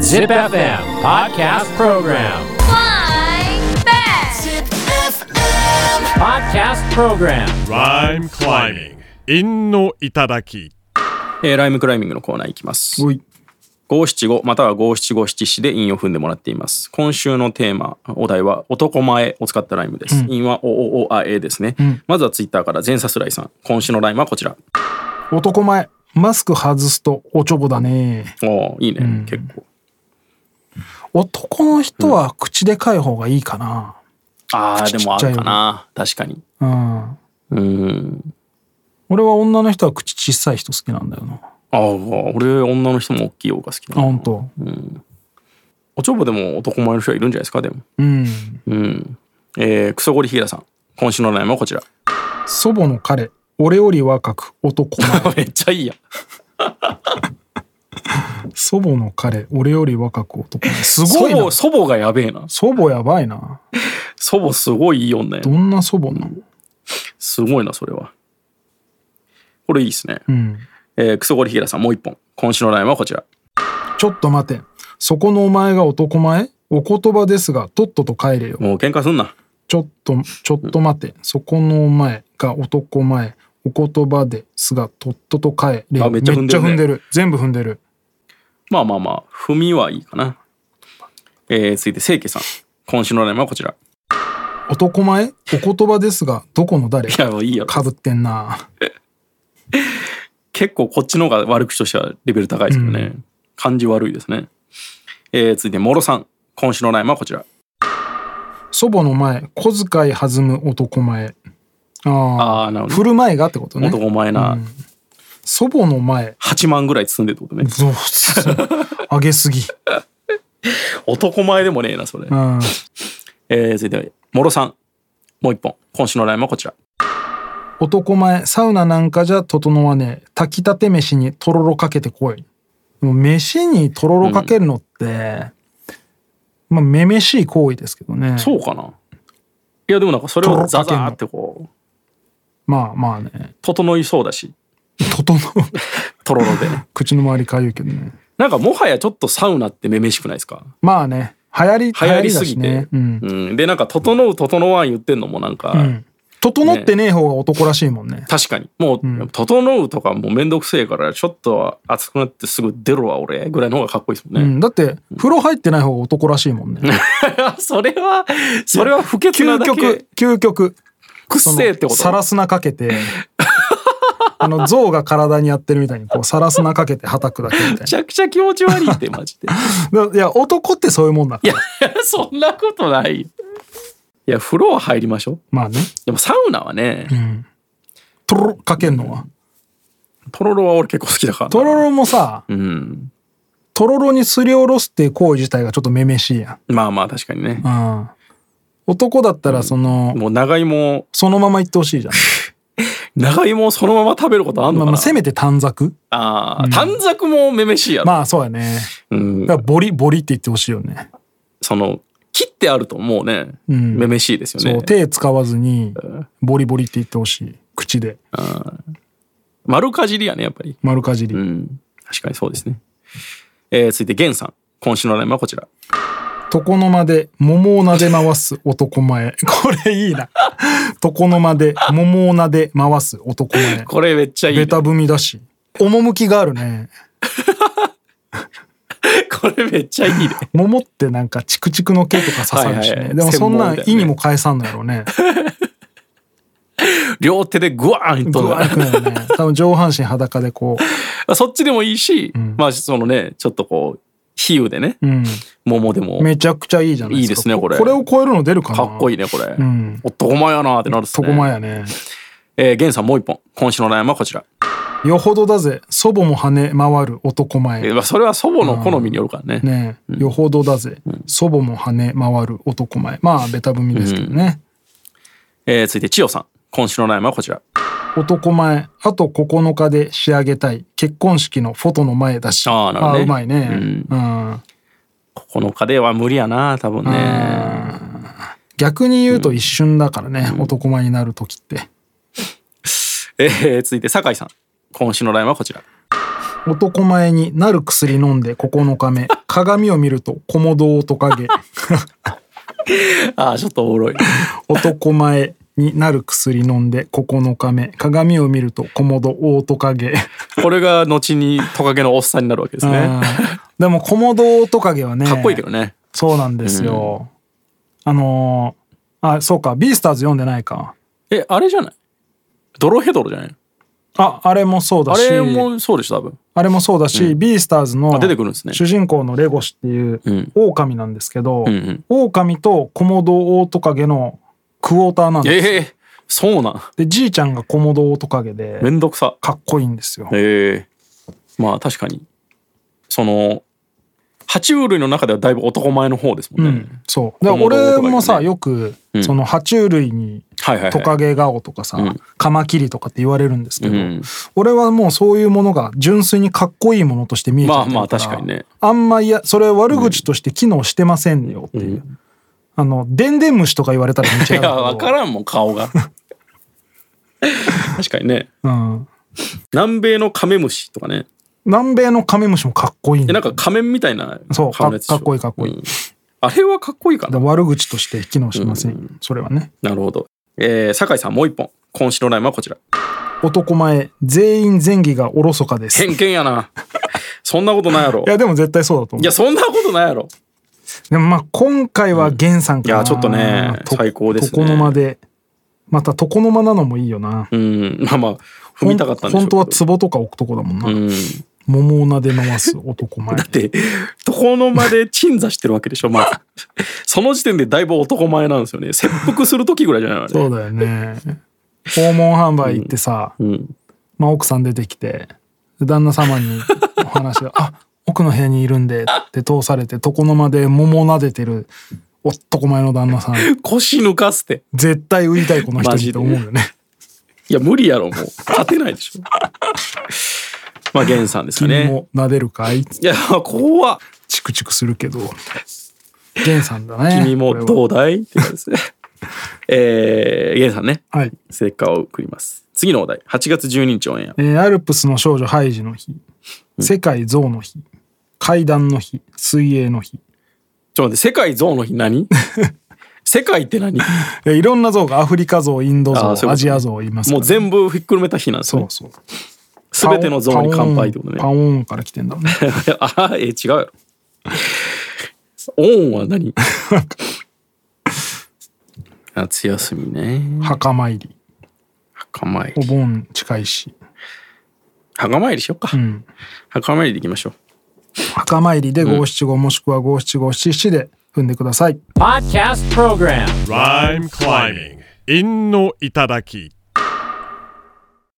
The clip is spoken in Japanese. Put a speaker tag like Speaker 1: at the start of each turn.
Speaker 1: Zip FM Podcast Program.
Speaker 2: Flying back.
Speaker 1: Podcast Program.
Speaker 3: Rhyme climbing. 陰の頂き。
Speaker 4: えーライムクライミングのコーナーいきます。五七五または五七五七七で韻を踏んでもらっています。今週のテーマ、お題は男前を使ったライムです。韻、はおおおあえですね、まずはツイッターから全サスライさん。今週のライムはこちら。
Speaker 5: 男前マスク外すとおちょぼだね
Speaker 4: おーいいね、結構。
Speaker 5: 男の人は口でかい方がいいかな
Speaker 4: ああ、でもあ
Speaker 5: ちっ
Speaker 4: る
Speaker 5: ちゃ
Speaker 4: か
Speaker 5: い
Speaker 4: な。確かに。
Speaker 5: うん、
Speaker 4: うん。
Speaker 5: 俺は女の人は口小さい人好きなんだよな
Speaker 4: ああ、俺、女の人も大きい方が好き
Speaker 5: あ
Speaker 4: なの。
Speaker 5: 本当
Speaker 4: おちょぼでも男前の人はいるんじゃないですか、でも。
Speaker 5: うん
Speaker 4: うん。えー、クソゴリヒラさん。今週のライムはこちら。
Speaker 5: 祖母の彼俺より若く 男前
Speaker 4: めっちゃいいやん。
Speaker 5: 祖母の彼俺より若く男前す
Speaker 4: 祖
Speaker 5: ごいな
Speaker 4: 母、祖母がやべえな。
Speaker 5: 祖母やばいな
Speaker 4: 祖母すごいいい女や
Speaker 5: どんな祖母なの
Speaker 4: すごいなそれはこれいいですね、
Speaker 5: うん
Speaker 4: えークソゴリヒラさんもう一本今週のラインはこちら
Speaker 5: ちょっと待てそこのお前が男前お言葉ですがとっとと帰れよ
Speaker 4: もう喧嘩すんな
Speaker 5: ちょっと、ちょっと待て。そこのお前が男前。お言葉ですが、とっとと帰れ。
Speaker 4: あめっちゃ踏んでるね
Speaker 5: めっる全部踏んでる。
Speaker 4: まあまあまあ踏みはいいかな、えー続いて清家さん今週のラインはこちら
Speaker 5: 男前お言葉ですが、どこの誰
Speaker 4: いやもういいよ
Speaker 5: かぶってんな。
Speaker 4: 結構こっちの方が悪口としてはレベル高いですよね、感じ悪いですね、えー続いて諸さん今週のラインはこちら
Speaker 5: 祖母の前、小遣い弾む男前。あ
Speaker 4: ああーな
Speaker 5: あ。
Speaker 4: るほ
Speaker 5: 振
Speaker 4: ど
Speaker 5: る舞いがってことね。
Speaker 4: 男前な
Speaker 5: 祖母の前。
Speaker 4: 8万ぐらい包んでるってことね、
Speaker 5: そう 上げすぎ。
Speaker 4: 男前でもねえなそれ、
Speaker 5: うん。
Speaker 4: えー続いて諸さんもう一本今週のラインはこちら
Speaker 5: 男前サウナなんかじゃ整わねえ炊きたて飯にとろろかけてこいでも飯にとろろかけるのって、まあめめしい行為ですけどね
Speaker 4: そうかな。いやでもなんかそれをザザーってこう
Speaker 5: まあまあね
Speaker 4: 整いそうだし、
Speaker 5: 整う
Speaker 4: とろ ろで。
Speaker 5: 口の周りかゆいけどね
Speaker 4: なんかもはやちょっとサウナってめめしくないですか。
Speaker 5: まあね流行り
Speaker 4: 流行りすぎ
Speaker 5: 流行
Speaker 4: て
Speaker 5: だしね。うん
Speaker 4: うんでなんか整う整わん言ってんのもなんか、
Speaker 5: うん整ってねえ方が男らしいもんね
Speaker 4: 確かにもう整うとかもうめんどくせえからちょっと熱くなってすぐ出ろは俺ぐらいの方がかっこいいですも
Speaker 5: うん
Speaker 4: ね。
Speaker 5: ん、だって風呂入ってない方が男らしいもんね
Speaker 4: それはそれは不潔な
Speaker 5: 究
Speaker 4: だけ
Speaker 5: 極究極
Speaker 4: くっ
Speaker 5: その
Speaker 4: せえってこと。
Speaker 5: サラスナかけて あの象が体にやってるみたいにこうサラスナかけて叩くだけみたいな
Speaker 4: めちゃくちゃ気持ち悪いってマジ で。
Speaker 5: だいや男ってそういうもんだか
Speaker 4: い
Speaker 5: ら
Speaker 4: やそんなことない。いや風呂は入りましょう。
Speaker 5: まあね
Speaker 4: でもサウナはね、
Speaker 5: とろろかけんのは
Speaker 4: とろろは俺結構好きだからな。
Speaker 5: とろろもさ
Speaker 4: うん。
Speaker 5: とろろにすりおろすっていう行為自体がちょっとめめしいや
Speaker 4: まあまあ確かにね。
Speaker 5: ん、うん、男だったらその、
Speaker 4: もう長芋、
Speaker 5: そのままいってほしいじゃん、
Speaker 4: 長芋をそのまま食べることあん
Speaker 5: ま
Speaker 4: のか
Speaker 5: あまあ、
Speaker 4: な
Speaker 5: せめて短冊
Speaker 4: ああ、短冊もめめしいやろ。
Speaker 5: まあそうやね
Speaker 4: うん
Speaker 5: だからボリボリって言ってほしいよね
Speaker 4: その、切ってあるともうね、
Speaker 5: ん
Speaker 4: めめしいですよ
Speaker 5: そ
Speaker 4: ね
Speaker 5: う。手使わずにボリボリって言ってほしい口で
Speaker 4: 丸かじりやね、やっぱり。
Speaker 5: 丸かじり、
Speaker 4: うん。確かにそうですね。えー、続いて、ゲンさん。今週のラインはこちら。
Speaker 5: 床の間で桃を撫で回す男前 これいいな床の間で桃を撫で回す男前
Speaker 4: これめっちゃいいね、
Speaker 5: ベタ踏みだし趣があるね
Speaker 4: これめっちゃいいね。
Speaker 5: 桃ってなんかチクチクの毛とか刺さるしね、
Speaker 4: はいはい
Speaker 5: でもそ
Speaker 4: 専
Speaker 5: んな
Speaker 4: 門みたい
Speaker 5: 意
Speaker 4: なね
Speaker 5: にも返さんのやろうね
Speaker 4: 両手でグワーンと
Speaker 5: グワーくんよね多分上半身裸でこ
Speaker 4: そっちでもいいし、まあそのね、ちょっとこう、比喩でね、
Speaker 5: う、うん、
Speaker 4: 桃でも。
Speaker 5: めちゃくちゃいいじゃないですか
Speaker 4: いいですねこれ
Speaker 5: これを超えるの出るかな
Speaker 4: かっこい
Speaker 5: い
Speaker 4: いね、これ。
Speaker 5: ん
Speaker 4: 男前やなってなるっすね。
Speaker 5: 床前やね
Speaker 4: えー、ゲンさんもう一本。今週の悩みはこちら。
Speaker 5: よほどだぜ祖母も跳ね回る男前
Speaker 4: えーまあ、それは祖母の好みによるからね。
Speaker 5: ねえ、よほどだぜ、祖母も跳ね回る男前まあベタ踏みですけどね、
Speaker 4: えー、続いて、千代さん。今週の悩みはこちら。
Speaker 5: 男前あと9日で仕上げたい結婚式のフォトの前だし
Speaker 4: あーなるほどね
Speaker 5: ーうまいね、うん、
Speaker 4: 9日では無理やな、多分ね。
Speaker 5: 逆に言うと一瞬だからね、男前になる時って
Speaker 4: えー、続いて、酒井さん。今週の悩みはこちら。
Speaker 5: 男前になる薬飲んで9日 目。鏡を見ると、コモドオトカゲ。
Speaker 4: ああ、ちょっとおもろい。
Speaker 5: 男前になる薬飲んで9日目。鏡を見ると、コモドオトカゲ。
Speaker 4: これが後にトカゲのおっさんになるわけです
Speaker 5: あ
Speaker 4: ね。
Speaker 5: ーでも、コモドオトカゲはね。
Speaker 4: かっこいいけどね。
Speaker 5: そうなんですよ。あのーあ、そうか、ビースターズ読んでないか。
Speaker 4: え、あれじゃないドロヘドロじゃない
Speaker 5: あ、あれもそうだ
Speaker 4: あ
Speaker 5: し、
Speaker 4: れもそうでしょ、多分。
Speaker 5: あれもそうだし、ビースターズの
Speaker 4: あ出てくるんですね
Speaker 5: 主人公のレゴシっていう
Speaker 4: うん
Speaker 5: 狼なんですけど、
Speaker 4: うんうん
Speaker 5: 狼とコモドオオトカゲのクォーターなんです。
Speaker 4: ええそうなん。
Speaker 5: で、じいちゃんがコモドオオトカゲで
Speaker 4: め、んどくさ。
Speaker 5: かっこいいんですよ。
Speaker 4: ええまあ確かに。その、爬虫類の中ではだいぶ男前の方ですも
Speaker 5: うん
Speaker 4: ね。
Speaker 5: ん、そう。で、
Speaker 4: コモドオオトカゲね
Speaker 5: 俺もさ、よく
Speaker 4: う、ん
Speaker 5: その、爬虫類に
Speaker 4: はいはい、はい。
Speaker 5: トカゲ顔とかさ、
Speaker 4: うん
Speaker 5: カマキリとかって言われるんですけど、
Speaker 4: うん
Speaker 5: 俺はもうそういうものが純粋にかっこいいものとして見えちゃってる
Speaker 4: まあ
Speaker 5: から
Speaker 4: まあ確かにね
Speaker 5: あんまいやそれ悪口として機能してませんよっていう、あのでんでん虫とか言われたらめっち
Speaker 4: い
Speaker 5: ゃ
Speaker 4: や、
Speaker 5: 嫌だけど
Speaker 4: わからんもん、顔 が。確かにね。
Speaker 5: うん、
Speaker 4: 南米のカメムシとかね。
Speaker 5: 南米のカメムシもかっこいいん
Speaker 4: え、
Speaker 5: だ
Speaker 4: なんか仮面みたいな
Speaker 5: そう
Speaker 4: 顔のやつでしょ
Speaker 5: かかっこいいかっこいい
Speaker 4: うんあれはかっこいいか
Speaker 5: だ
Speaker 4: な。
Speaker 5: から悪口として機能しませんよ、それはね
Speaker 4: なるほど。えー、酒井さんもう一本。今週のラインはこちら。
Speaker 5: 男前全員前義がおろそかですい
Speaker 4: 偏見やな。そんなことないやろ。
Speaker 5: やでも絶対そうだと思
Speaker 4: いうや、そんなことないやろ。
Speaker 5: でもまあ今回は源さんか
Speaker 4: う
Speaker 5: な、
Speaker 4: んいやちょっとね
Speaker 5: と
Speaker 4: 最高ですね
Speaker 5: 床の間でまた床の間なのもいいよな
Speaker 4: うん。まあまあ、踏みたかったんでしょう
Speaker 5: 本
Speaker 4: けど
Speaker 5: 当は壺とか置くとこだもんな、
Speaker 4: うん。
Speaker 5: 桃を撫で回す男 前
Speaker 4: だって、床の間で鎮座してるわけでしょ、ま あ。その時点でだいぶ男前なんですよね。切腹する時ぐらいじゃないのあれ
Speaker 5: そうだよね訪問販売行ってさ、
Speaker 4: うん。
Speaker 5: まあ、奥さん出てきて旦那様にお話が「 あ奥の部屋にいるんで」って通されて床の間で桃を撫でてる男前の旦那さん
Speaker 4: 腰抜かすって。
Speaker 5: 絶対売りたいこの人
Speaker 4: マ
Speaker 5: に
Speaker 4: ジ
Speaker 5: っ
Speaker 4: で
Speaker 5: て思うよね
Speaker 4: いや、無理やろ、もう。勝てないでしょ。 まあ、源さんですか
Speaker 5: 君
Speaker 4: ね。
Speaker 5: も撫でるかい
Speaker 4: いや、怖っ。
Speaker 5: チクチクするけど源さんだね
Speaker 4: 君も
Speaker 5: これは
Speaker 4: どうだいって感じですね。 えー、源さんね。
Speaker 5: はい、
Speaker 4: 成果を送ります。次のお題。8月12日オンエア
Speaker 5: え。ーアルプスの少女ハイジの日」世界象の日」「階段の日」「水泳の
Speaker 4: ち
Speaker 5: 日」
Speaker 4: ょっと待って、世界象の日 何世界って何
Speaker 5: いやいろんな像がアフリカ像インド
Speaker 4: あーそういうこと
Speaker 5: 像
Speaker 4: ね
Speaker 5: アジア像います
Speaker 4: も
Speaker 5: から
Speaker 4: う全部ひっくるめた日なんです
Speaker 5: そう
Speaker 4: ね。
Speaker 5: そう
Speaker 4: すべての象に乾杯ってことね
Speaker 5: パ。オーンパオーンから来てん だろうね
Speaker 4: ああ、え、違うよ。オンは 何夏休みね。
Speaker 5: 墓参り
Speaker 4: 墓参
Speaker 5: お
Speaker 4: り。
Speaker 5: 盆近いし、
Speaker 4: 墓参りしよっか。
Speaker 5: うん、
Speaker 4: 墓参りで行きましょう。
Speaker 5: 墓参りで五七五もしくは五七五七七で踏んでください
Speaker 1: Podcast Program
Speaker 3: Rhyme climbing. 陰の頂き。